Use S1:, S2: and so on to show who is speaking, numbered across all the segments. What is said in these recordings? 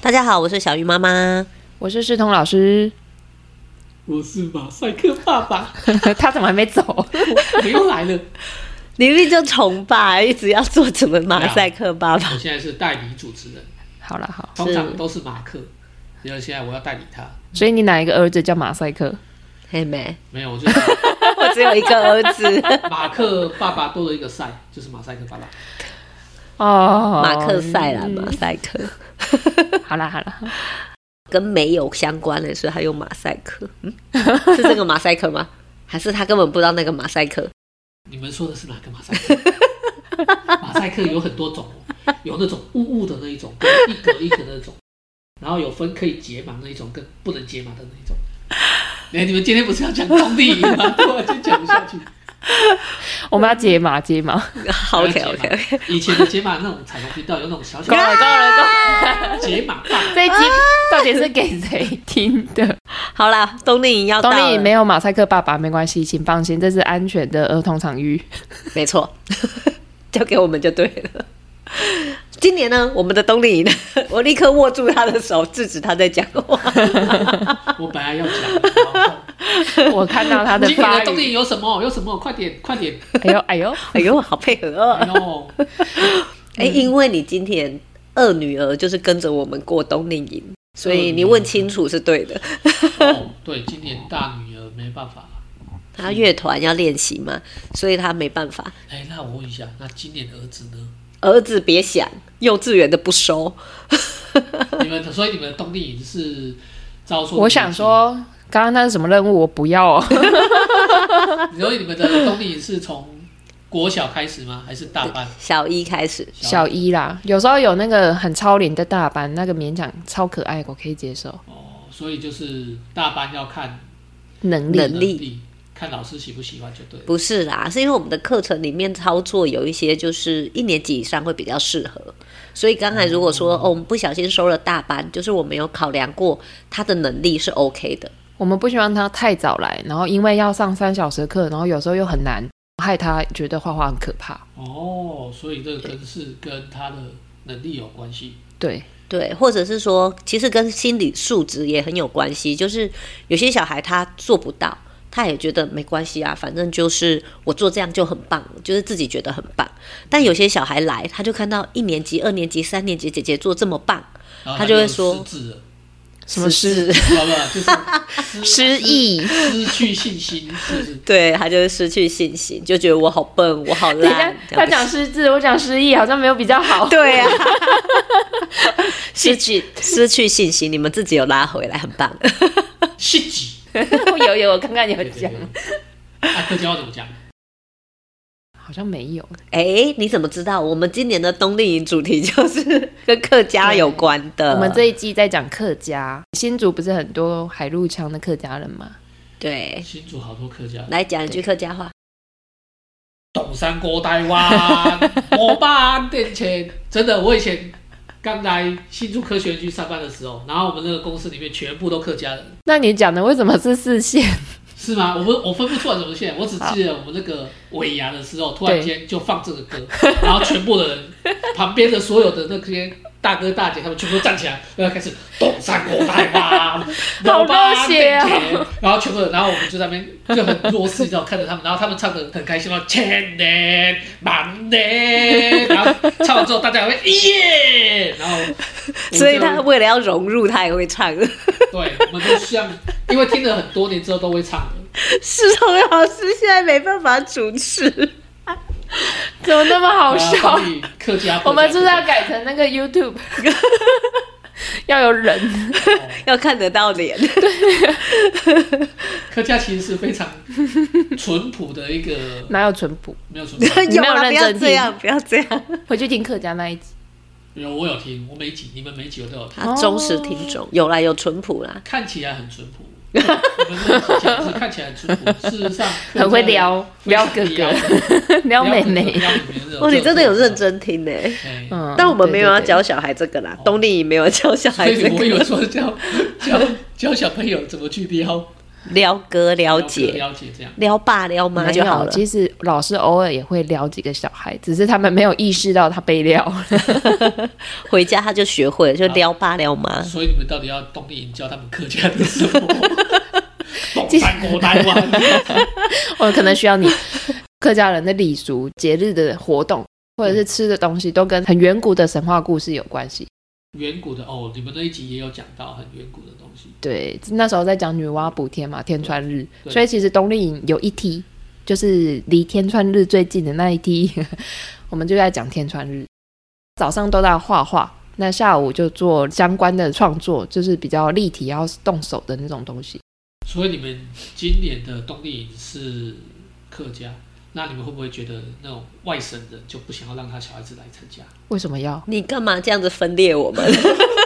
S1: 大家好，我是小鱼妈妈。
S2: 我是世彤 老师，
S3: 我是马赛克爸爸，
S2: 他怎么还没走？
S3: 我又来了。
S1: 明明就崇拜，一直要做怎么马赛克爸爸
S3: 我？现在是代理主持人，
S2: 好了好，
S3: 通常都是马克，然后现在我要代理他。
S2: 所以你哪一个儿子叫马赛克？
S1: 嘿没，
S3: 没有，我就是
S1: 我只有一个儿子，
S3: 马克爸爸多了一个赛，就是马赛克爸爸。
S2: 哦，
S1: 马克赛啦，马赛克
S2: 好啦好啦，
S1: 跟没有相关的，所以他用马赛克。嗯， 是这个马赛克吗？还是他根本不知道那个马赛 克？
S3: 你们说的是哪个马赛 克？马赛克有很多种哦，有那种雾雾的那一种，跟一格一格的那种，然后有分可以解码那一种，跟不能解码的那一种。哎，你们今天不是要讲工地 吗？对吧，就讲不下去。
S2: 我们要解码解码，
S1: 嗯好，OK OK OK，
S3: 以前的解码那种彩虹频道有那种小小
S2: 够了够了够了，
S3: 的解码棒，
S2: 这一集
S1: 啊
S2: 到底是给谁听的？
S1: 好啦，冬令营要到
S2: 东
S1: 了，
S2: 丽没有马赛克爸爸没关系，请放心，这是安全的儿童 场域。
S1: 没错，交给我们就对了。今年呢，我们的冬令营，我立刻握住他的手，制止他在讲 话。
S3: 我本来要讲的，然后
S2: 我看到他的
S3: 今年
S2: 发
S3: 的冬
S2: 语，
S3: 令有什么？有什么？快点，快点！
S2: 哎呦哎呦，
S1: 哎呦，好配合
S3: 然
S1: 哦！
S3: 后
S1: 哎、因为你今天二女儿就是跟着我们过冬令营，所以你问清楚是对的。
S3: 哦，对，今年大女儿没办法了。
S1: 她乐团要练习嘛，所以她没办法。
S3: 哎，那我问一下，那今年的儿子呢？
S1: 儿子别想，幼稚园的不收。
S3: 你们所以你们的冬令营是招收？
S2: 我想，说，刚刚那是什么任务？我不要 哦。
S3: 所以你们的冬令营是从国小开始吗？还是大班？
S1: 小一开始，
S2: 小一啦，有时候有那个很超龄的大班，那个勉强超可爱，我可以接受。
S3: 哦，所以就是大班要看
S2: 能力
S1: 能力
S3: 看老师喜不喜欢就对了。
S1: 不是啦，是因为我们的课程里面操作有一些就是一年级以上会比较适合，所以刚才如果说、哦，我们不小心收了大班，就是我们有考量过他的能力是 OK 的，
S2: 我们不希望他太早来，然后因为要上三小时的课，然后有时候又很难，害他觉得画画很可怕。
S3: 哦，所以这个跟是跟他的能力有关系。
S2: 对，
S1: 对，或者是说其实跟心理素质也很有关系，就是有些小孩他做不到，他也觉得没关系啊，反正就是我做这样就很棒，就是自己觉得很棒，但有些小孩来他就看到一年级、二年级、三年级姐姐做这么棒，
S3: 然后
S1: 他就
S3: 就
S1: 会说
S3: 失智了，
S2: 什么失
S1: 是
S3: 不不，就是
S2: 失忆？
S3: 失去信心，是不是？
S1: 对他就会失去信心，就觉得我好笨，我好
S2: 等 一下
S1: 烂。，
S2: 啊他讲失智，我讲失忆，好像没有比较好。
S1: 对呀、失去失去信心，你们自己有拉回来，很棒。
S3: 信己。
S2: 有 有，我刚刚有
S3: 对对
S2: 讲
S3: 对，。啊，客家话怎么讲？
S2: 好像没有。
S1: 哎，你怎么知道？我们今年的冬令营主题就是跟客家有关的。
S2: 我们这一季在讲客家，新竹不是很多海陆腔的客家人吗？
S1: 对
S3: 新竹好多客家，
S1: 来讲一句客家话，
S3: 董山过台湾，我爸安店前，真的，我以前刚来新竹科学园区上班的时候，然后我们那个公司里面全部都客家人，
S2: 那你讲的为什么是四线？
S3: 是吗？我们我分不出来什么线，我只记得我们那个尾牙的时候，突然间就放这个歌，然后全部的人，旁边的所有的那些。大哥大姐他们全部站起来，然后开始董山国台湾，
S2: 好热血啊
S3: 老爸面前！然后全部人，然后我们就在那边就很弱势，这样看着他们，然后他们唱的很开心嘛，千年万年，然后唱完之后大家还会耶，然后我们就
S1: 所以他为了要融入，他也会唱。
S3: 对，我们就像因为听了很多年之后都会唱的，
S1: 是 童老师现在没办法主持，
S2: 怎么那么好
S3: 然后
S2: 笑
S3: 所？以呃客家
S2: 我们是不是
S3: 道。
S2: 要改成那个 YouTube？要有人，
S1: 要看得到脸。
S3: 客家其实是非常淳朴的一个，
S2: 哪有淳朴？
S3: 没有淳朴。
S2: 你没有
S1: 啦不
S2: 认
S1: 要
S2: 真听
S1: 这样，不要这样。
S2: 回去听客家那一集。
S3: 有我有听，我每一集你们每一集我都有听，
S1: 他忠实听众有啦，有淳朴啦。
S3: 看起来很淳 朴。你们那集讲是看起来很淳朴，事实上客家 人
S2: 很会撩
S3: 非
S2: 撩
S3: 常
S2: 哥哥 撩
S3: 撩
S2: 妹妹。
S3: 撩妹妹那种
S1: 哦，你哦真的有认。真听呢、
S3: 哎
S2: 嗯，
S1: 但我们没有要
S2: 对对对
S1: 教小孩这个啦，冬令营没有教小
S3: 所
S1: 孩这
S3: 以我
S1: 个。
S3: 有说教教教小朋友怎么去撩
S1: 撩哥撩
S3: 了
S1: 姐、
S3: 了解这样。
S1: 撩爸撩妈
S2: 没
S1: 就好
S2: 有，
S1: 了。
S2: 其实老师偶尔也会撩几个小孩，只是他们没有意识到他被撩。
S1: 回家他就学会了，就撩爸撩妈。
S3: 所以你们到底要动力营教他们客家的生 活，懂山国台湾，
S2: 我可能需要你客家人的礼俗、节日的活动，或者是吃的东西，都跟很远古的神话故事有关系。
S3: 远古的哦，你们那一集也有讲到很远古的东西，
S2: 对，那时候在讲女娲补天嘛，天穿日，
S3: 对
S2: 所以其实东丽营有一梯，就是离天穿日最近的那一梯， 我们就在讲天穿日。早上都在画画，那下午就做相关的创作，就是比较立体，要动手的那种东西。
S3: 所以你们今年的动力营是客家，那你们会不会觉得那种外省人就不想要让他小孩子来参加？
S2: 为什么要？
S1: 你干嘛这样子分裂我们？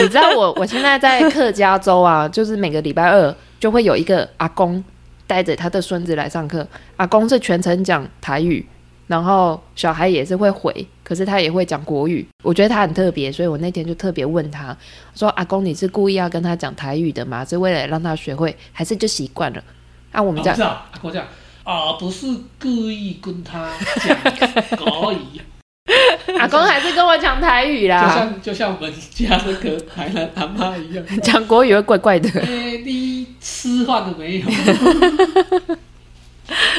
S2: 你知道我我现在在客家州啊，就是每个礼拜二就会有一个阿公带着他的孙子来上课。阿公是全程讲台语，然后小孩也是会回，可是他也会讲国语。我觉得他很特别，所以我那天就特别问他我说：“阿公，你是故意要跟他讲台语的吗？是为了让他学会，还是就习惯了？”啊，我
S3: 我
S2: 们讲
S3: 知道，跟我讲啊，不是故意跟他讲国语，
S2: 阿公还是跟我讲台语
S3: 就
S2: 啦，
S3: 像就像我们家那个台南阿妈一样。
S2: 讲国语会怪怪的。
S3: 哎、你吃饭了没有？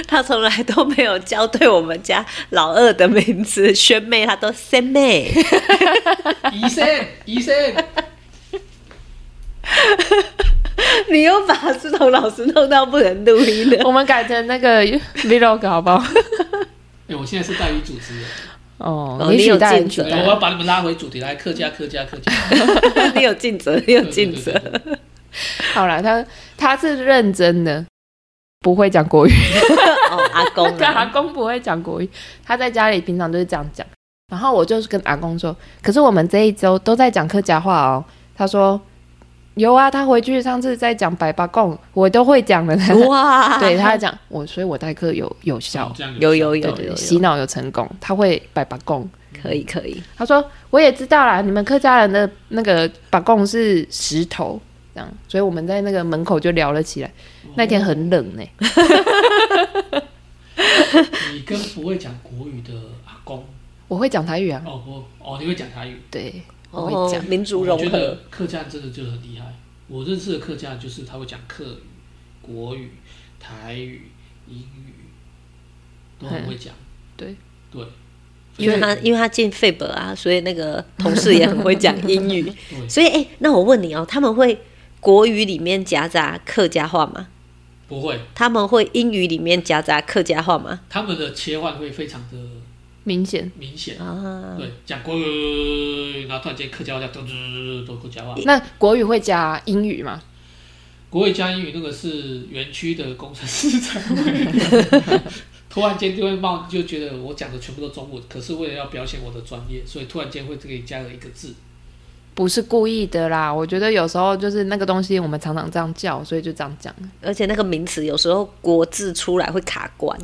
S1: 他从来都没有教对我们家老二的名字，萱妹他都萱妹。
S3: 医生，医生，
S1: 你又把思彤老师弄到不能录音 了。
S2: 我们改成那个 vlog 好不好？
S3: 哎、我现在是代理主持人，
S2: 哦
S1: 哦，你有
S2: 取代
S1: 见
S2: 取
S1: 者
S3: 哎
S2: 代
S3: 我。要把你们拉回主题来，客家，客家，客家，
S1: 你有尽责，你有尽责
S3: 对。对对对
S2: 好啦，他他是认真的，不会讲国语，
S1: 哦，阿公
S2: 对阿
S1: 啊，
S2: 公不会讲国语，他在家里平常都是这样讲。然后我就是跟阿公说，可是我们这一周都在讲客家话哦。他说有啊，他回去上次在讲百八贡，我都会讲了。
S1: 哇，
S2: 对他讲我，所以我代课有有效，
S3: 这样
S1: 有有
S2: 对
S1: 有
S2: 对
S1: 有
S2: 对，洗
S1: 有，
S2: 脑有成功，他会百八贡。
S1: 可以可以。
S2: 他说我也知道啦，你们客家人的那个把贡是石头这样，所以我们在那个门口就聊了起来。那天很冷呢、
S3: 你跟不会讲国语的阿公，
S2: 我会讲台语啊，
S1: 嗯
S3: 哦不，哦你会讲台语，
S2: 对，我会
S1: 哦
S2: 讲。，
S1: 民族
S3: 我
S1: 融
S3: 觉
S1: 合
S3: 得客家人真的就是很厉害。我认识的客家人就是他会讲客语、国语、台语、英语，都很会讲。
S2: 对
S3: 对，
S1: 嗯因为他因为他进费本啊，所以那个同事也很会讲英语
S3: 对。
S1: 所以哎、诶那我问你哦，他们会国语里面夹杂客家话吗？
S3: 不会，
S1: 他们会英语里面夹杂客家话吗？
S3: 他们的切换会非常的
S2: 明显。
S3: 明显。
S1: 啊，
S3: 对，讲国语，然后突然间客家话讲，嘟都客家话。
S2: 那国语会加英语吗？
S3: 国语加英语那个是园区的工程师才会， 突然间就会冒，就觉得我讲的全部都中文，可是为了要表现我的专业，所以突然间会给你加了一个字。
S2: 不是故意的啦，我觉得有时候就是那个东西，我们常常这样叫，所以就这样讲。
S1: 而且那个名词有时候国字出来会卡关，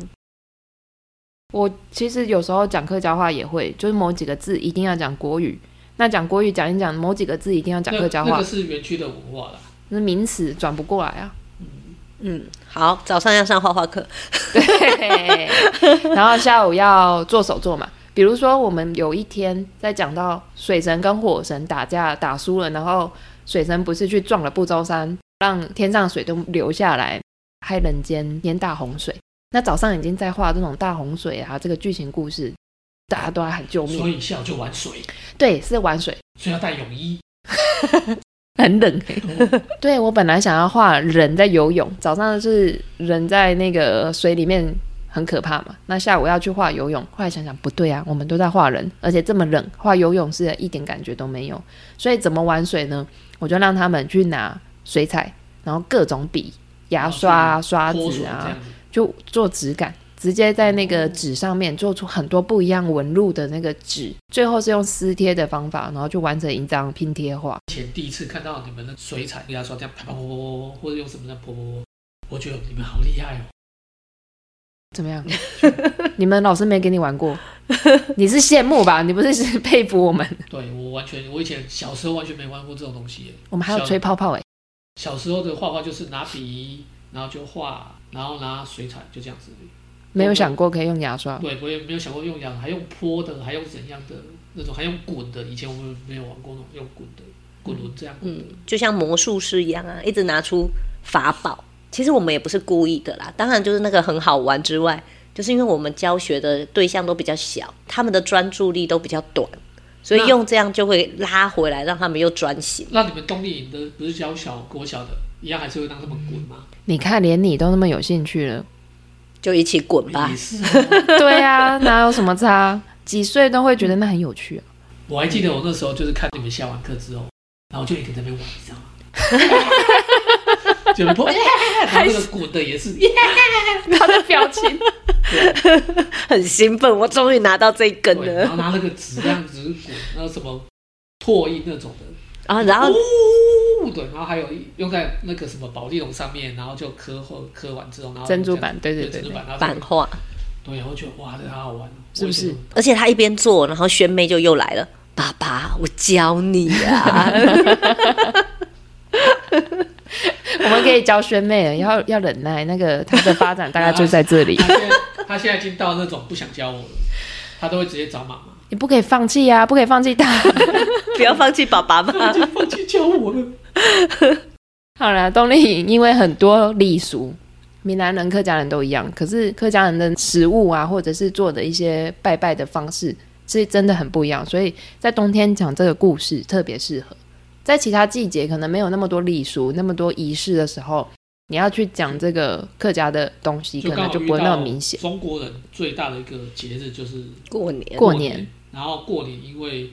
S2: 我其实有时候讲客家话也会，就是某几个字一定要讲国语。那讲国语讲一讲，某几个字一定要讲客家
S3: 那那
S2: 话
S3: 个，是园区的文化啦。
S2: 那名词转不过来啊。
S1: 嗯，好，早上要上画画课，
S2: 对，然后下午要做手作嘛。比如说，我们有一天在讲到水神跟火神打架打输了，然后水神不是去撞了不周山，让天上水都流下来，害人间淹大洪水。那早上已经在画这种大洪水啊，这个剧情故事，大家都在喊救
S3: 所
S2: 命。
S3: 以下午就玩水，
S2: 对，是玩水，
S3: 所以要带泳衣。
S2: 很冷。对我本来想要画人在游泳，早上是人在那个水里面很可怕嘛，那下午要去画游泳，后来想想不对啊，我们都在画人，而且这么冷，画游泳是一点感觉都没有，所以怎么玩水呢？我就让他们去拿水彩，然后各种笔、牙刷啊、刷
S3: 哦泼
S2: 子
S3: 水这
S2: 啊
S3: 样，子，
S2: 就做质感。直接在那个纸上面做出很多不一样纹路的那个纸，最后是用撕贴的方法，然后就完成一张拼贴画。
S3: 以前第一次看到你们的水彩牙刷这样啪啪啪啪啪啪，或者用什么这样泼泼泼，我觉得你们好厉 害哦。
S2: 怎么样？你们老师没给你玩 过？你是羡慕吧？你不是是佩服我们？
S3: 对我完全，我以前小时候完全没玩过这种东西耶。
S2: 我们还有
S3: 小
S2: 吹泡泡哎、
S3: 小时候的画画就是拿笔，然后就画，然后拿水彩，就这样子而已。
S2: 没有想过可以用牙刷，
S3: 对，我也没有想过用养，还用泼的，还用怎样的那种，还用滚的。以前我们没有玩过那种用滚的，滚轮这样嗯滚的。
S1: 就像魔术师一样啊，一直拿出法宝。其实我们也不是故意的啦，当然就是那个很好玩之外，就是因为我们教学的对象都比较小，他们的专注力都比较短，所以
S3: 那
S1: 用这样就会拉回来，让他们又专心。
S3: 那你们动力营的不是教小国小的，一样还是会让他们滚吗？
S2: 你看连你都那么有兴趣 了，
S1: 就一起滚吧
S3: 也。是啊。
S2: 对啊，哪有什么差？几岁都会觉得那很有趣啊、
S3: 我还记得我那时候就是看你们下完课之后，然后我就一个在那边玩，你知道吗？ 就泼，然后那个滚的也是，
S2: 他的表情，
S1: 很兴奋，我终于拿到这一根
S3: 对，然
S1: 了
S3: 后拿那个纸这样子滚，然后什么唾液那种的，
S1: 啊！然后
S3: 呜，哦对，然后还有用在那个什么保利龙上面，然后就磕后磕完之后，然后
S2: 珍珠板对对对
S3: 珍珠板，然后
S1: 版画，
S3: 对，然后觉得哇，这个好好玩哦，
S2: 是不是
S3: 我以前
S1: 而且他一边做，然后学妹就又来了，爸爸，我教你啊！
S2: 我们可以教学妹了，要要忍耐，那个她的发展大概就在这 里，
S3: 他现在他现在已经到那种不想教我了，他都会直接找妈妈，
S2: 你不可以放弃啊，不可以放弃她。
S1: 不要放弃爸爸嘛。
S3: 他就放弃教我了。
S2: 好啦，冬令营因为很多礼俗，闽南人、客家人都一样，可是客家人的食物啊，或者是做的一些拜拜的方式，是真的很不一样，所以在冬天讲这个故事特别适合。在其他季节可能没有那么多礼俗、那么多仪式的时候，你要去讲这个客家的东西，可
S3: 刚
S2: 能
S3: 好
S2: 就
S3: 遇
S2: 不会那
S3: 到
S2: 么明显。
S3: 中国人最大的一个节日就是
S1: 过年
S2: 过年
S3: 年，然后过年因为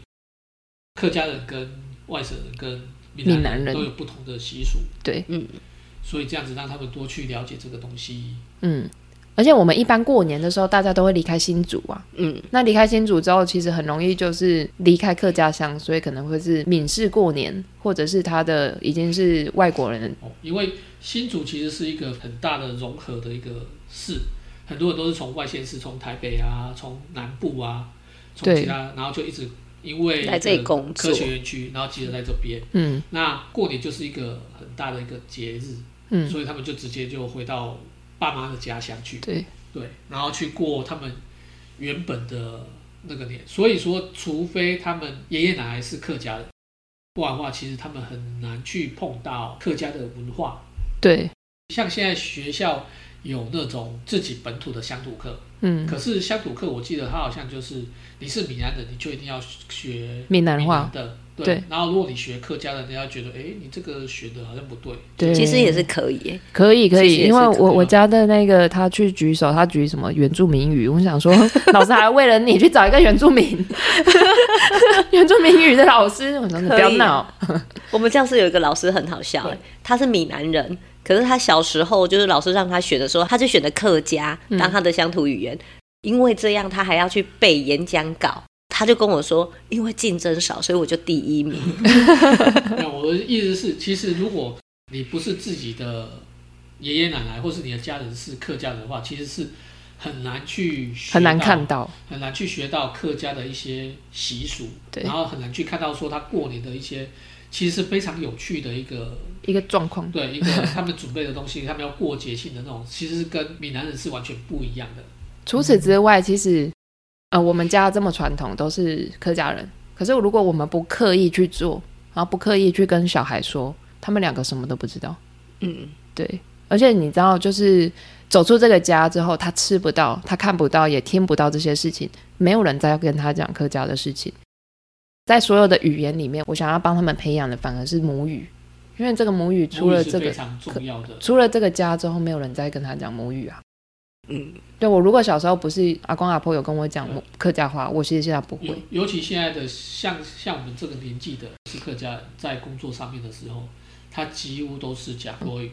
S3: 客家人跟外省人跟
S2: 闽
S3: 闽
S2: 南
S3: 南
S2: 人
S3: 人都有不同的习俗，
S2: 对，
S1: 嗯，
S3: 所以这样子让他们多去了解这个东西。
S2: 嗯，而且我们一般过年的时候，大家都会离开新竹啊，
S1: 嗯，
S2: 那离开新竹之后，其实很容易就是离开客家乡，所以可能会是闽式过年，或者是他的已经是外国人。
S3: 哦，因为新竹其实是一个很大的融合的一个市，很多人都是从外县市，从台北啊，从南部啊，从
S2: 对
S3: 其他，然后就一直因为
S1: 来这里工作
S3: 科学园区，然后集合在这边。
S2: 嗯
S3: 那过年就是一个很大的一个节日，
S2: 嗯，
S3: 所以他们就直接就回到爸妈的家乡去，
S2: 对，
S3: 对，然后去过他们原本的那个年。所以说，除非他们爷爷奶奶是客家人，不然的话，其实他们很难去碰到客家的文化。
S2: 对，
S3: 像现在学校有那种自己本土的乡土课，
S2: 嗯，
S3: 可是乡土课我记得它好像就是你是闽南人，你就一定要学
S2: 闽南
S3: 闽
S2: 话
S3: 南，的，对。
S2: 对
S3: 然后如果你学客家的，人家觉得哎，诶你这个学的好像不对，
S2: 对，
S1: 嗯其实也是可以耶。
S2: 可以可
S1: 其
S2: 以，
S1: 实也是
S2: 因为
S1: 可以
S2: 我
S3: 啊
S2: 我家的那个他去举手，他举什么原住民语，我想说 老师还为了你去找一个原住民原住民语的老师，我说你不要
S1: 可以啊
S2: 闹，
S1: 我们教室有一个老师很好笑耶
S3: 对，
S1: 他是闽南人，可是他小时候就是老师让他选的时候，他就选的客家当他的乡土语言，因为这样他还要去背演讲稿。他就跟我说，因为竞争少，所以我就第一名。
S3: 那我的意思是，其实如果你不是自己的爷爷奶奶或是你的家人是客家人的话，其实是很难去学
S2: 很难
S3: 到
S2: 看到，
S3: 很难去学到客家的一些习俗，
S2: 对
S3: 然后很难去看到说他过年的一些，其实是非常有趣的一个，
S2: 一个状况，
S3: 对一个他们准备的东西，他们要过节性的那种，其实是跟闽南人是完全不一样的。
S2: 除此之外，其实呃，我们家这么传统，都是客家人。可是如果我们不刻意去做，然后不刻意去跟小孩说，他们两个什么都不知道。
S1: 嗯，
S2: 对，而且你知道，就是走出这个家之后，他吃不到，他看不到，也听不到这些事情，没有人再跟他讲客家的事情。在所有的语言里面，我想要帮他们培养的反而是母语，因为这个母语除了
S3: 母语是
S2: 这个
S3: 非常重要的，
S2: 除了这个家之后，没有人再跟他讲母语啊。
S1: 嗯，
S2: 对我如果小时候不是阿公阿婆有跟我讲母客家话，我其实现在不
S3: 尤
S1: 嗯
S2: 会。
S3: 尤其现在的像像我们这个年纪的是客家人，在工作上面的时候，他几乎都是讲国语。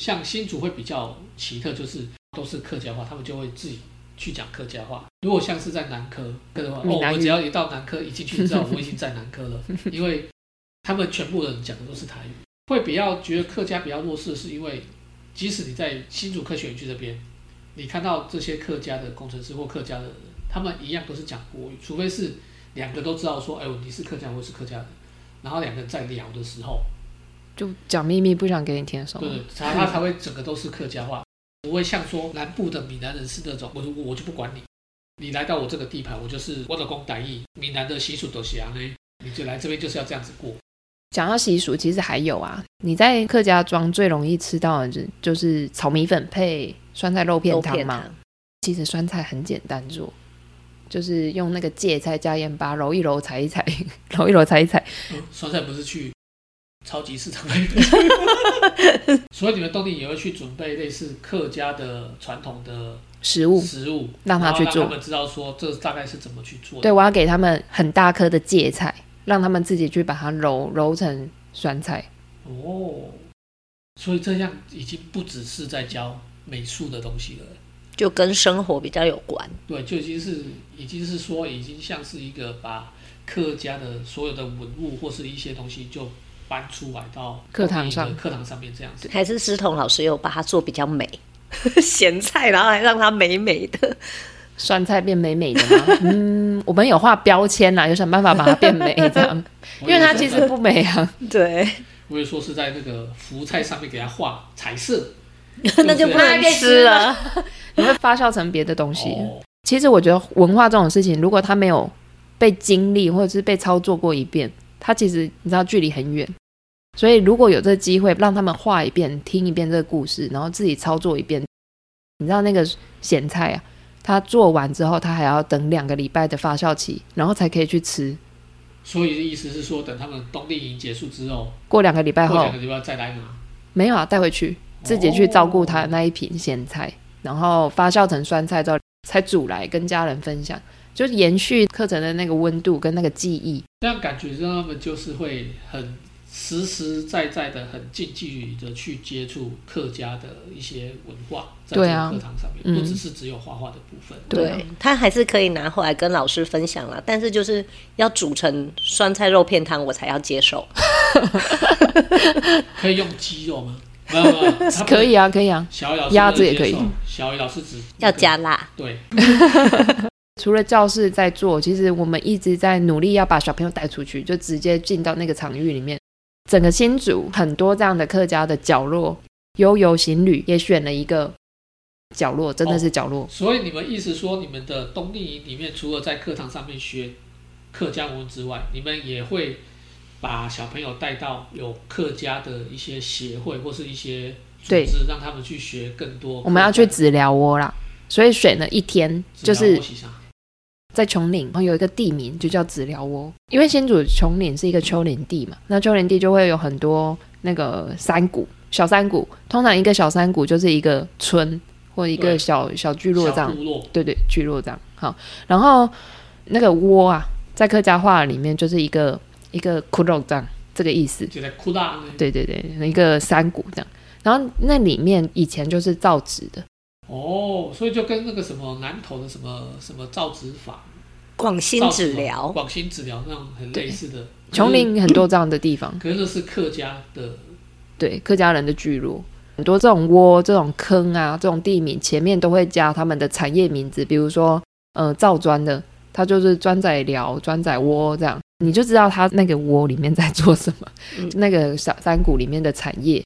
S3: 像新竹会比较奇特，就是都是客家话，他们就会自己去讲客家话。如果像是在南科的话，
S2: 闽
S3: 哦，
S2: 南语
S3: 我只要一到南科一进去，你知道我已经在南科 了，因为他们全部人讲的都是台语。会比较觉得客家比较弱势，是因为即使你在新竹科学园区这边，你看到这些客家的工程师或客家的人，他们一样都是讲国语，除非是两个都知道说，哎呦，你是客家，我是客家人，然后两个人在聊的时候，
S2: 就讲秘密不想给你听的时候
S3: 对，，才他才会整个都是客家话，不会像说南部的闽南人是那种，我我就不管你，你来到我这个地盘，我就是我的公歹义，闽南的习俗都是安呢，你就来这边就是要这样子过。
S2: 讲到习俗，其实还有啊，你在客家庄最容易吃到的就就是炒米粉配酸菜肉片
S1: 肉
S2: 汤
S1: 片
S2: 嘛。
S1: 汤，
S2: 其实酸菜很简单做，就是用那个芥菜加盐巴揉一揉，踩一踩，揉一揉，踩一踩。
S3: 嗯酸菜不是去超级市场买的， 所以你们当地也会去准备类似客家的传统的
S2: 食物，
S3: 食物，
S2: 让他
S3: 然后
S2: 去
S3: 让
S2: 做
S3: 他们知道说这大概是怎么去做的。
S2: 对我要给他们很大颗的芥菜，让他们自己去把它揉揉成酸菜。
S3: 哦，所以这样已经不只是在教美术的东西了。
S1: 就跟生活比较有关。
S3: 对，就已经是已经是说，已经像是一个把客家的所有的文物或是一些东西就搬出来到
S2: 课堂上
S3: 你的课堂上面这样子。
S1: 还是思彤老师有把它做比较美， 咸菜，然后还让它美美的。
S2: 酸菜变美美的吗？嗯，我们有画标签啦，有想办法把它变美这样，因为它其实不美啊。
S1: 对，
S3: 我也说是在那个福菜上面给它画彩 色，
S1: 那就不能吃了。
S2: 你会发酵成别的东西。
S3: 哦，
S2: 其实我觉得文化这种事情，如果它没有被经历或者是被操作过一遍，它其实你知道距离很远。所以如果有这机会让他们画一遍、听一遍这个故事，然后自己操作一遍，你知道那个咸菜啊，它做完之后，它还要等两个礼拜的发酵期，然后才可以去吃。
S3: 所以意思是说，等他们冬令营结束之后，
S2: 过两个礼拜
S3: 过
S2: 后
S3: 两，个礼拜再来拿。
S2: 没有啊，带回去自己去照顾它的那一瓶咸菜，然后发酵成酸菜之后才煮来跟家人分享，就是延续课程的那个温度跟那个记忆。
S3: 这样感觉让他们就是会很实实在在的、很近距离的去接触客家的一些文化，在这
S2: 对
S3: 个
S2: 啊
S3: 课堂上面，
S2: 嗯
S3: 不只是只有画画的部分。
S2: 对啊
S1: 对，他还是可以拿回来跟老师分享啦，但是就是要煮成酸菜肉片汤，我才要接受。
S3: 可以用鸡肉 吗？没有没有，他不
S2: 可。以啊，可以啊。
S3: 小雨老师
S2: 鸭子也可以
S3: 不能接受。小雨老师只
S1: 要加辣，
S3: 对，
S2: 除了教室在做，其实我们一直在努力要把小朋友带出去，就直接进到那个场域里面。整个新竹很多这样的客家的角落，悠游行旅也选了一个角落，真的是角落。
S3: 所以你们意思说，你们的冬令营里面，除了在课堂上面学客家文之外，你们也会把小朋友带到有客家的一些协会或是一些组
S2: 对
S3: 织，让他们去学更多。
S2: 我们要去纸寮窝啦，所以选了一天，就
S3: 知道
S2: 是
S3: 我喜啥
S2: 在琼岭，然后有一个地名就叫紫寮窝，因为新竹琼岭是一个丘陵地嘛，那丘陵地就会有很多那个山谷、小山谷，通常一个小山谷就是一个村或一个
S3: 对
S2: 小小聚落这
S3: 小
S2: 样，
S3: 部落
S2: 对对，聚落这样。好，然后啊那个窝啊，在客家话里面就是一个一个窟窿这样，这个意思。
S3: 就在库大呢。
S2: 对对对，一个山谷这样。然后那里面以前就是造纸的，
S3: 哦，所以就跟那个什么南投的什么什么造纸法、
S1: 广兴治疗，
S3: 广兴纸疗那种很类似的。
S2: 琼林很多这样的地方。
S3: 可是，可是那是客家的
S2: 对客家人的聚落，很多这种窝、这种坑啊、这种地名前面都会加他们的产业名字，比如说呃造砖的，它就是砖仔寮、砖仔窝这样，你就知道它那个窝里面在做什么，
S1: 嗯
S2: 那个小山谷里面的产业。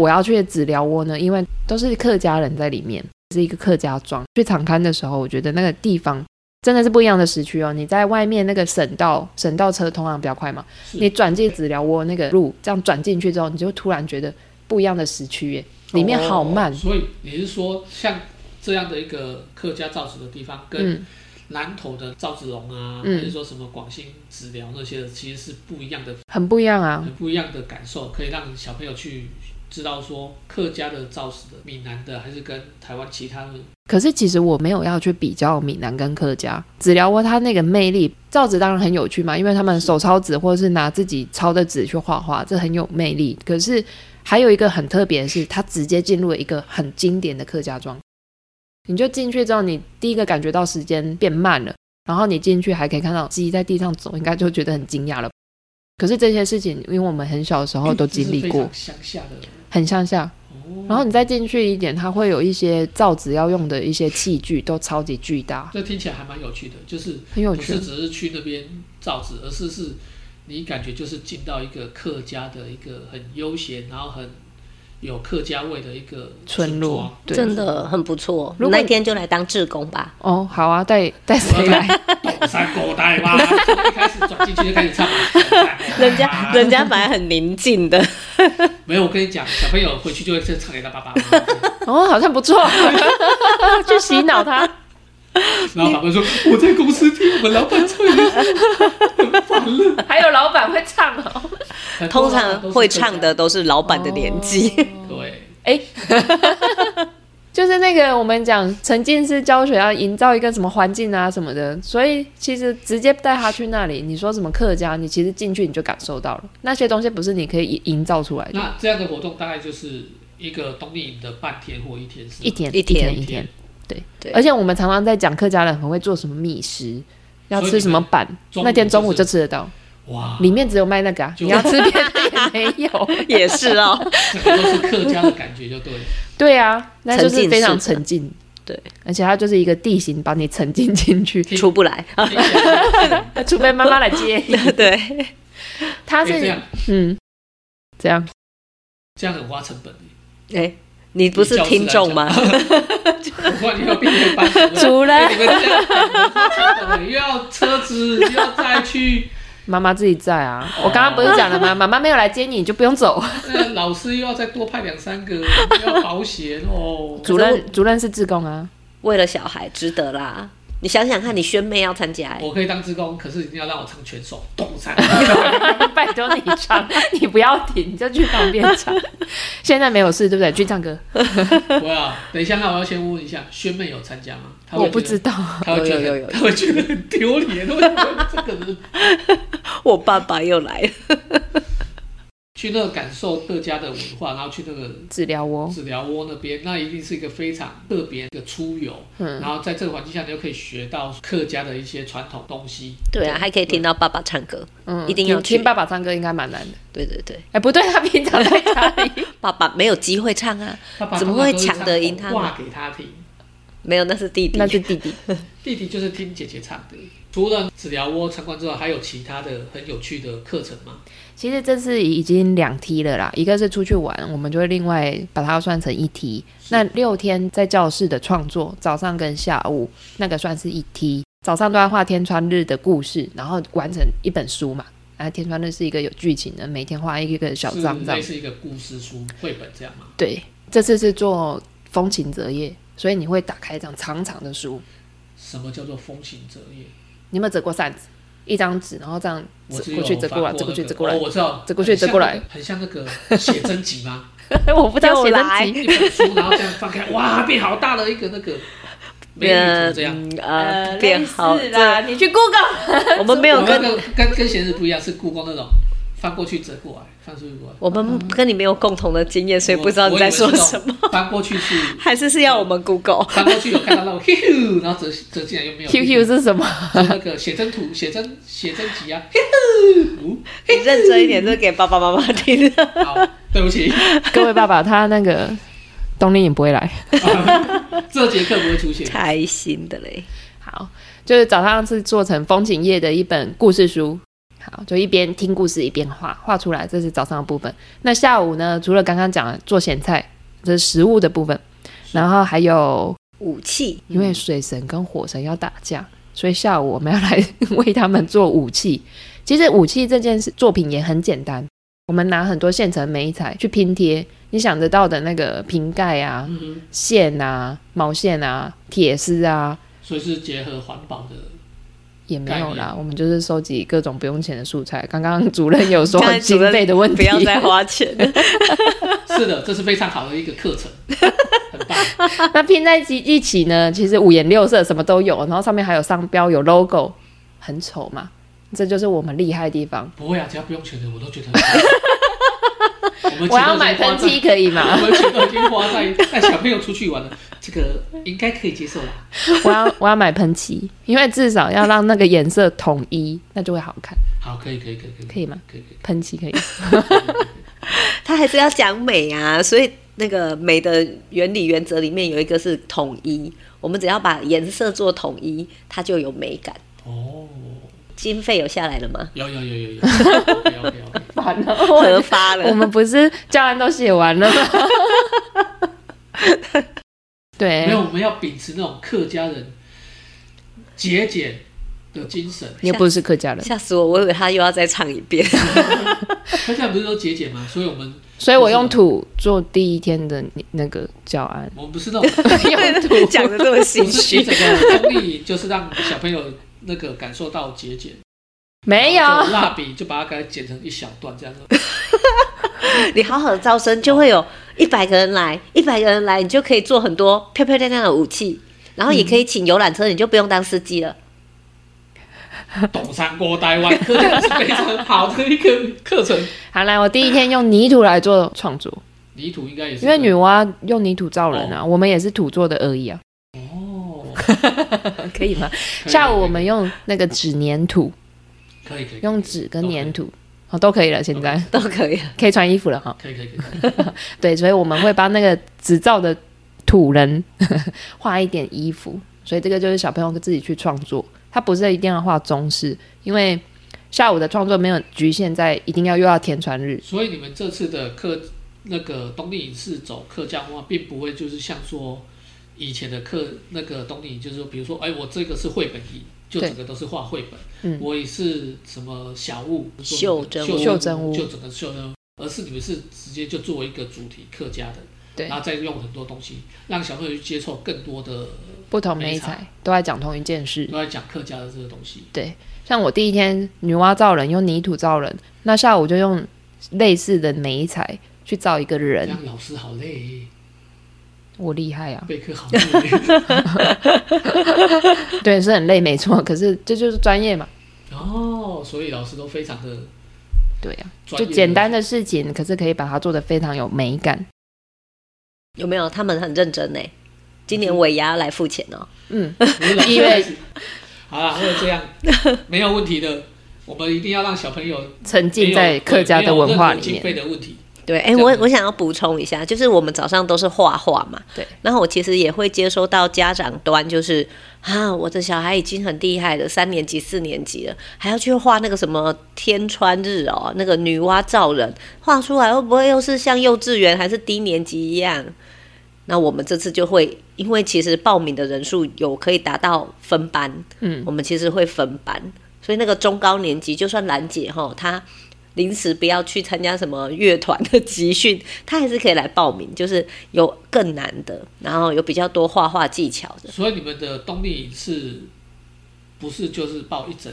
S2: 我要去的纸寮窝呢，因为都是客家人在里面，是一个客家庄。去场刊的时候，我觉得那个地方真的是不一样的时区哦。你在外面那个省道，省道车通常比较快嘛，
S3: 是
S2: 你转进纸寮窝那个路，这样转进去之后，你就突然觉得不一样的时区耶，里面好慢
S3: 哦。所以你是说，像这样的一个客家造纸的地方，跟
S2: 嗯，
S3: 南投的造纸龙啊，
S2: 嗯
S3: 还是说什么广兴纸疗那些的，其实是不一样的，
S2: 很不一样啊。
S3: 很不一样的感受，可以让小朋友去知道说，客家的造纸的、闽南的，还是跟台湾其他的
S2: 可是其实我没有要去比较闽南跟客家，纸寮窝它那个魅力，造纸当然很有趣嘛，因为他们手抄纸或者是拿自己抄的纸去画画，这很有魅力。可是还有一个很特别的是，它直接进入了一个很经典的客家庄，你就进去之后，你第一个感觉到时间变慢了，然后你进去还可以看到鸡在地上走，应该就觉得很惊讶了。可是这些事情，因为我们很小的时候都经历过
S3: 哎这是非，常乡下的。
S2: 很乡下，
S3: 哦，
S2: 然后你再进去一点，它会有一些造纸要用的一些器具，都超级巨大，
S3: 这听起来还蛮有趣的，就是
S2: 很有
S3: 不
S2: 趣
S3: 是。只是去那边造纸，而是是你感觉就是进到一个客家的一个很悠闲，然后很有客家味的一个
S2: 村落
S3: 庄，
S2: 对，
S1: 真的很不错。
S2: 如果
S1: 那天就来当志工吧。
S2: 哦，好啊，带带谁来？
S3: 懂山狗带吗？从一开始转进去就开始唱嘛，懂山狗带吗
S1: 人家 人家本来很宁静的，
S3: 啊没有，我跟你讲，小朋友回去就会再唱给他爸爸 妈妈，
S2: 哦，好像不错，去洗脑他。
S3: 然后爸爸说我在公司听我们老板唱，很烦了。
S2: 还有老板会唱哦。
S1: 通常会唱的都哦是老板的年纪。
S3: 对，
S2: 哎， 就是那个我们讲沉浸式教学要营造一个什么环境啊什么的，所以其实直接带他去那里，你说什么客家，你其实进去你就感受到了，那些东西不是你可以营营造出来的。
S3: 那这样的活动大概就是一个冬令营的半天或一天是吗
S2: 一天
S1: 一天
S2: 一天，
S1: 对
S2: 而且我们常常在讲客家人很会做什么米食，要
S3: 所以
S2: 吃
S3: 你
S2: 什么
S3: 们
S2: 板，
S3: 中午
S2: 那天中午
S3: 就是
S2: 就吃得到，
S3: 哇，
S2: 里面只有卖那个啊，
S3: 就
S2: 你要吃别的也没 有。
S1: 也是哦，
S3: 整个都是客家的感觉，就对了。
S2: 对啊，那就
S1: 沉
S2: 是
S1: 浸
S2: 非
S1: 式
S2: 常
S1: 的
S2: 沉浸。
S1: 对，
S2: 而且它就是一个地形把你沉浸进 去，
S1: 出不 来。
S3: 听起来
S2: 除非妈妈来接。
S1: 对，
S2: 它
S3: 哎这
S2: 是
S3: 样
S2: 嗯，这样
S3: 这样很花成本耶。
S1: 哎，你不是听众吗？
S3: 我怕你要变成班
S2: 除
S3: 主任，
S2: 了
S3: 你们这样很花成本，又要车子，又要再去，
S2: 妈妈自己在啊。我刚刚不是讲了吗？妈妈没有来接你，你就不 用走。
S3: 那老师又要再多派两三个，又要保险 哦。
S2: 主任主任是志工啊，
S1: 为了小孩，值得啦。你想想看，你学妹要参加、哎
S3: 我可以当职工，可是一定要让我唱全首《动山》。
S2: 拜托你唱，你不要停，你就去旁边唱。现在没有事，对不对？去唱歌，
S3: 我要等一下，那我要先问一下，轩妹有参加吗？她会
S2: 我
S3: 觉
S2: 不
S3: 得
S2: 知，道。
S3: 她会觉
S1: 有有
S3: 得，
S1: 有有
S3: 她会觉得很丢脸，我这个人
S1: 我爸爸又来了，
S3: 去那感受各家的文化，然后去那个
S2: 治疗哦窝，
S3: 治疗窝那边，那一定是一个非常特别的出游。
S2: 嗯
S3: 然，后在这个环境下，你就可以学到客家的一些传统东西。
S1: 对啊，还可以听到爸爸唱歌。
S2: 嗯
S1: 一定要
S2: 听
S1: 去
S2: 听爸爸唱歌，应该蛮难的。
S1: 对对对，
S2: 哎，不对，他平常在家里。
S1: 爸爸没有机会唱啊，
S3: 他把
S1: 怎么会抢得赢他呢
S3: 话给他听，
S1: 没有，那是弟弟
S2: 那。是弟弟，
S3: 弟弟就是听姐姐唱的。除了治疗窝参观之外，还有其他的很有趣的课程吗？
S2: 其实这次已经两梯了啦，一个是出去玩，我们就会另外把它算成一梯。那六天在教室的创作，早上跟下午那个算是一梯。早上都要画天川日的故事，然后完成一本书嘛。然后天川日是一个有剧情的，每天画一个小
S3: 是
S2: 章这样
S3: 类。似一个故事书、绘本这样吗？
S2: 对，这次是做风情折页，所以你会打开一张长长的书。
S3: 什么叫做风行折页？
S2: 你有没有折过扇子？一张纸，然后这样
S3: 我
S2: 折
S3: 只
S2: 过
S3: 有
S2: 去，折
S3: 翻
S2: 过来，
S3: 那
S2: 折过去，
S3: 个
S2: 折过来
S3: 哦，。我知道，
S2: 折过去折过来
S3: 很像那个，很像那个写真集吗？
S2: 我不知道
S1: 又
S2: 写真
S1: 来
S2: 集
S3: 一本书，然后这样翻开，哇，变好大的一个那个美女图这样。
S1: 嗯呃，变好
S2: 类似啦，
S1: 这
S2: 你去 Google。
S1: 我们没有
S3: 我那
S1: 跟
S3: 个跟跟闲日不一样，是故宫那种翻过去折过来，翻出去过来。
S1: 我们跟你没有共同的经验，所以不嗯知道你在说什么。
S3: 么。 翻过去是
S1: 还是是要我们 Google
S3: 翻过去有看到那种咻，然后折折进来又没有。
S2: QQ 是什么？
S3: 就那个写真图、写真写真集啊。咻
S1: 你认真一点，这给爸爸妈妈听。
S3: 嗯好，对不起，
S2: 各位爸爸，他那个冬令也不会来。
S3: 这节课不会出 现。
S1: 开心的嘞，
S2: 好，就是早上是做成风景夜的一本故事书。好，就一边听故事一边画，画出来，这是早上的部分。那下午呢？除了刚刚讲的做咸菜，这是食物的部分，然后还有
S1: 武器
S2: 因为水神跟火神要打架，所以下午我们要来 为他们做武器。其实武器这件事作品也很简单，我们拿很多现成美材去拼贴，你想得到的那个瓶盖啊、
S3: 嗯哼，
S2: 线啊、毛线啊、铁丝啊，
S3: 所以是结合环保的。
S2: 也没有
S3: 概
S2: 啦。我们就是收集各种不用钱的素材。刚刚主任有说
S1: 刚才主
S2: 经
S1: 任
S2: 费的问题，
S1: 不要 再花钱。
S3: 是的，这是非常好的一个课程，很棒。
S2: 那拼在一起一起呢，其实五颜六色，什么都有，然后上面还有商标、有 logo，很丑嘛。这就是我们厉害的地方。
S3: 不会啊，只要不用钱的，我都觉得 很棒。我们
S2: 我要买喷漆可以吗？
S3: 我们钱都已经花在带小朋友出去玩了，这个应该可以接受啦。
S2: 我要我要买喷漆，因为至少要让那个颜色统一，那就会好看。
S3: 好，可以，可以，可以，可以，
S2: 可以吗？
S3: 可以，可以。
S2: 喷漆 可以，
S1: 他还是要讲美啊，所以那个美的原理原则里面有一个是统一，我们只要把颜色做统一，它就有美感。
S3: 哦，
S1: 经费有下来了吗？
S3: 有有有 有有，OK OK OK，
S2: 烦了，
S1: 核发了
S2: 哦我。们不是教案都写完了吗？ 对
S3: 没，有，我们要秉持那种客家人节俭的精神。
S2: 你又不是客家人，
S1: 吓死我！我以为他又要再唱一 遍。
S3: 他现在不是都节俭吗？所以我们，
S2: 所以我用土做第一天的那那个教 案
S3: 我们不是那种，
S2: 用土
S1: 讲的这么心
S3: 不是一
S1: 虚，
S3: 整个公益营就是让小朋友那个感受到节俭。
S2: 没有，
S3: 就蜡笔就把它给它剪成一小段这样子。
S1: 你好好招生，就会有一百个人来，一百个人来，你就可以做很多漂漂亮亮的武器，然后也可以请游览车，你就不用当司机了。
S3: 懂三国台湾科技是非常好的一个课程。
S2: 好来，我第一天用泥土来做创作，
S3: 泥土应该也是
S2: 因为 女娲用泥土造人啊，我们也是土做的而已啊，
S3: 哦，
S2: 可以吗？
S3: 可以
S2: 下午我们用那个纸粘土，
S3: 可以可以
S2: 用纸跟粘土，嗯哦，都可以了，现在
S1: 都可以了。
S2: 可以穿衣服了哈。
S3: 可以可以可以 可以，
S2: 对，所以我们会帮那个纸造的土人 画一点衣服，所以这个就是小朋友自己去创作，他不是一定要画中式，因为下午的创作没有局限在一定要又要天穿日，
S3: 所以你们这次的客那个冬令营是走客家文化，并不会就是像说以前的课那个冬令营，就是说比如说，哎，我这个是绘本营，就
S2: 对
S3: 整个都是画绘本。
S2: 嗯
S3: 我也是什么小物，
S1: 袖珍
S2: 屋袖珍屋
S3: 就整个袖珍屋，而是你们是直接就作为一个主题客家的，
S2: 对
S3: 然后再用很多东西让小朋友去接受更多的
S2: 不同美
S3: 没差
S2: 彩都在讲同一件事。
S3: 都在讲客家的这个东西。
S2: 像我第一天女娲造人用泥土造人，那下午就用类似的美彩去造一个
S3: 这
S2: 人，
S3: 样老师好累，
S2: 我厉害啊！
S3: 备课好累。
S2: 对，是很累，没错，可是这就是专业嘛。
S3: 哦，所以老师都非常的
S2: 对啊呀、
S3: 专
S2: 就
S3: 业，
S2: 简单的事情，可是可以把它做得非常有美感。
S1: 有没有？他们很认真呢。欸今年尾牙要来付钱哦。
S2: 嗯，
S3: 我们老师
S2: 因为
S3: 好啦，或者这样没有问题的，我们一定要让小朋友
S2: 沉
S3: 没
S2: 浸
S3: 有
S2: 在客家的文化里
S3: 对没有任何经
S2: 面。
S3: 费的问题，
S1: 对，哎、
S3: 这样
S1: 我
S3: 子
S1: 我想要补充一下，就是我们早上都是画画嘛，
S2: 对，
S1: 然后我其实也会接收到家长端，就是啊，我的小孩已经很厉害了，三年级、四年级了，还要去画那个什么天穿日哦，那个女娲造人，画出来会不会又是像幼稚园还是低年级一样？那我们这次就会，因为其实报名的人数有可以达到分班，
S2: 嗯，
S1: 我们其实会分班，所以那个中高年级，就算兰姐哈，她临时不要去参加什么乐团的集训，她还是可以来报名，就是有更难的，然后有比较多画画技巧的，
S3: 所以你们的冬令营是不是就是报一整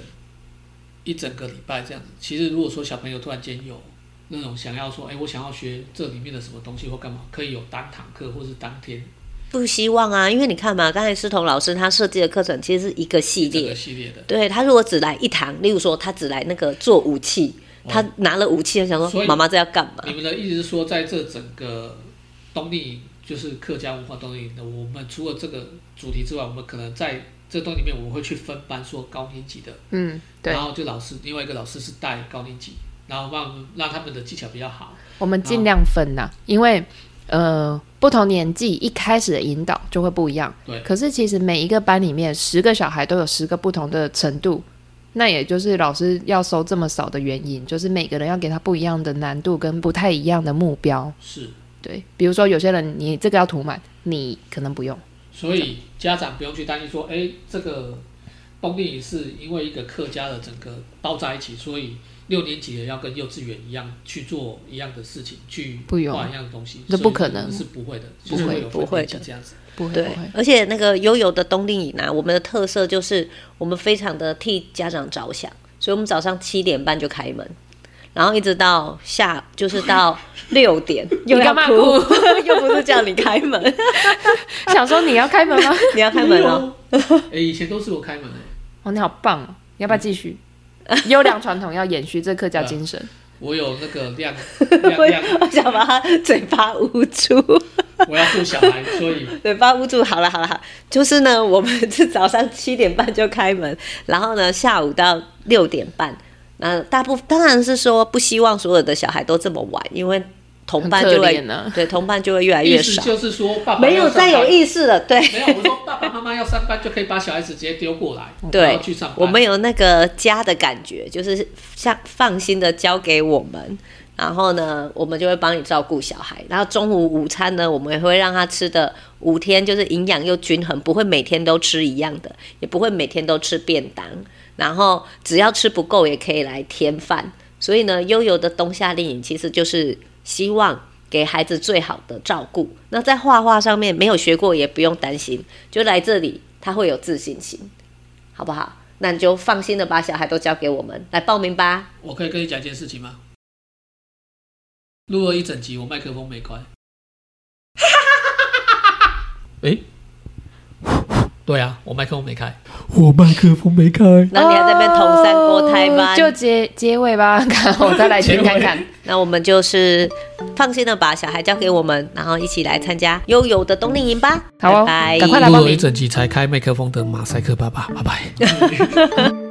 S3: 一整个礼拜这样子？其实如果说小朋友突然间有那种想要说，哎、我想要学这里面的什么东西或干嘛，可以有当堂课或是当天
S1: 不希望啊，因为你看嘛，刚才思彤老师他设计的课程其实是一个系
S3: 这
S1: 列
S3: 个，系列的。
S1: 对他如果只来一堂，例如说他只来那个做武器，他拿了武器，他想
S3: 哦所
S1: 说
S3: 以
S1: 妈妈这要干嘛？
S3: 你们的意思是说，在这整个冬令营，就是客家文化冬令营的，我们除了这个主题之外，我们可能在这冬里面，我们会去分班，说高年级的，
S2: 嗯，对
S3: 然，后就老师另外一个老师是带高年级，然后让让他们的技巧比较好。
S2: 我们尽量分呐、因为呃，不同年纪一开始的引导就会不一样。
S3: 对
S2: 可是其实每一个班里面十个小孩都有十个不同的程度，那也就是老师要收这么少的原因，就是每个人要给他不一样的难度跟不太一样的目标。
S3: 是，
S2: 对，比如说有些人你这个要涂满，你可能不用。
S3: 所以家长不用去担心说，哎，这个冬令营是因为一个客家的整个包在一起，所以。六年级的要跟幼稚园一样去做一样的事情，去
S2: 不用
S3: 画一样的东西，
S2: 这不可能
S3: 所以是不会的，
S2: 不
S3: 就是
S2: 会
S3: 有
S1: 不会
S3: 分年级
S1: 的
S3: 这样子。
S2: 不会，
S1: 对
S2: 不会，
S1: 而且那个悠悠的冬令营啊，我们的特色就是我们非常的替家长着想，所以我们早上七点半就开门，然后一直到下就是 到六点，又
S2: 你
S1: 要
S2: 干嘛
S1: 哭， 又不是叫你开门，
S2: 想说你要开门吗？
S1: 你要开门哦。
S3: 哎、以前都是我开门、欸，
S2: 哦，你好棒哦！你要不要继续？
S1: 嗯
S2: 优良传统要延续这客家精神。
S3: 我有那个 量量量，
S1: 我想把他嘴巴捂住，
S3: 我要顾小孩，所 以
S1: 嘴巴捂住。好了好了好了，就是呢，我们 是早上七点半就开门，然后呢下午到六点半。那大部当然是说不希望所有的小孩都这么晚，因为同
S2: 很
S1: 伴
S2: 可
S1: 就会
S2: 怜啊呢。
S1: 对同伴就会越来
S3: 意
S1: 越
S3: 思
S1: 少，
S3: 就是说爸爸
S1: 没有
S3: 要上班
S1: 再有意识了。对，
S3: 没有，我说爸爸妈妈要上班就可以把小孩子直接丢 过来，
S1: 对
S3: 然后哦去上班。
S1: 我们有那个家的感觉，就是像放心的交给我们，然后呢，我们就会帮你照顾小孩。然后中午午餐呢，我们也会让他吃的五天就是营养又均衡，不会每天都吃一样的，也不会每天都吃便当。然后只要吃不够，也可以来添饭。所以呢，悠悠的冬夏令营其实就是希望给孩子最好的照顾。那在画画上面没有学过也不用担心，就来这里他会有自信心。好不好？那你就放心的把小孩都交给我们来报名吧。
S3: 我可以跟你讲一件事情吗？录了一整集，我麦克风没关。哎、对啊，我麦克风没开，我麦克风没开。
S1: 那你还在那边同三锅胎吗？
S2: 哦就结结尾吧， 看我再来 听看看。
S1: 那我们就是放心的把小孩交给我们，然后一起来参加悠悠的冬令营吧。
S2: 好哦
S1: 拜拜，
S2: 赶快来
S3: 录
S2: 报
S3: 了一
S2: 名。
S3: 整集才开麦克风的马赛克爸爸，拜拜。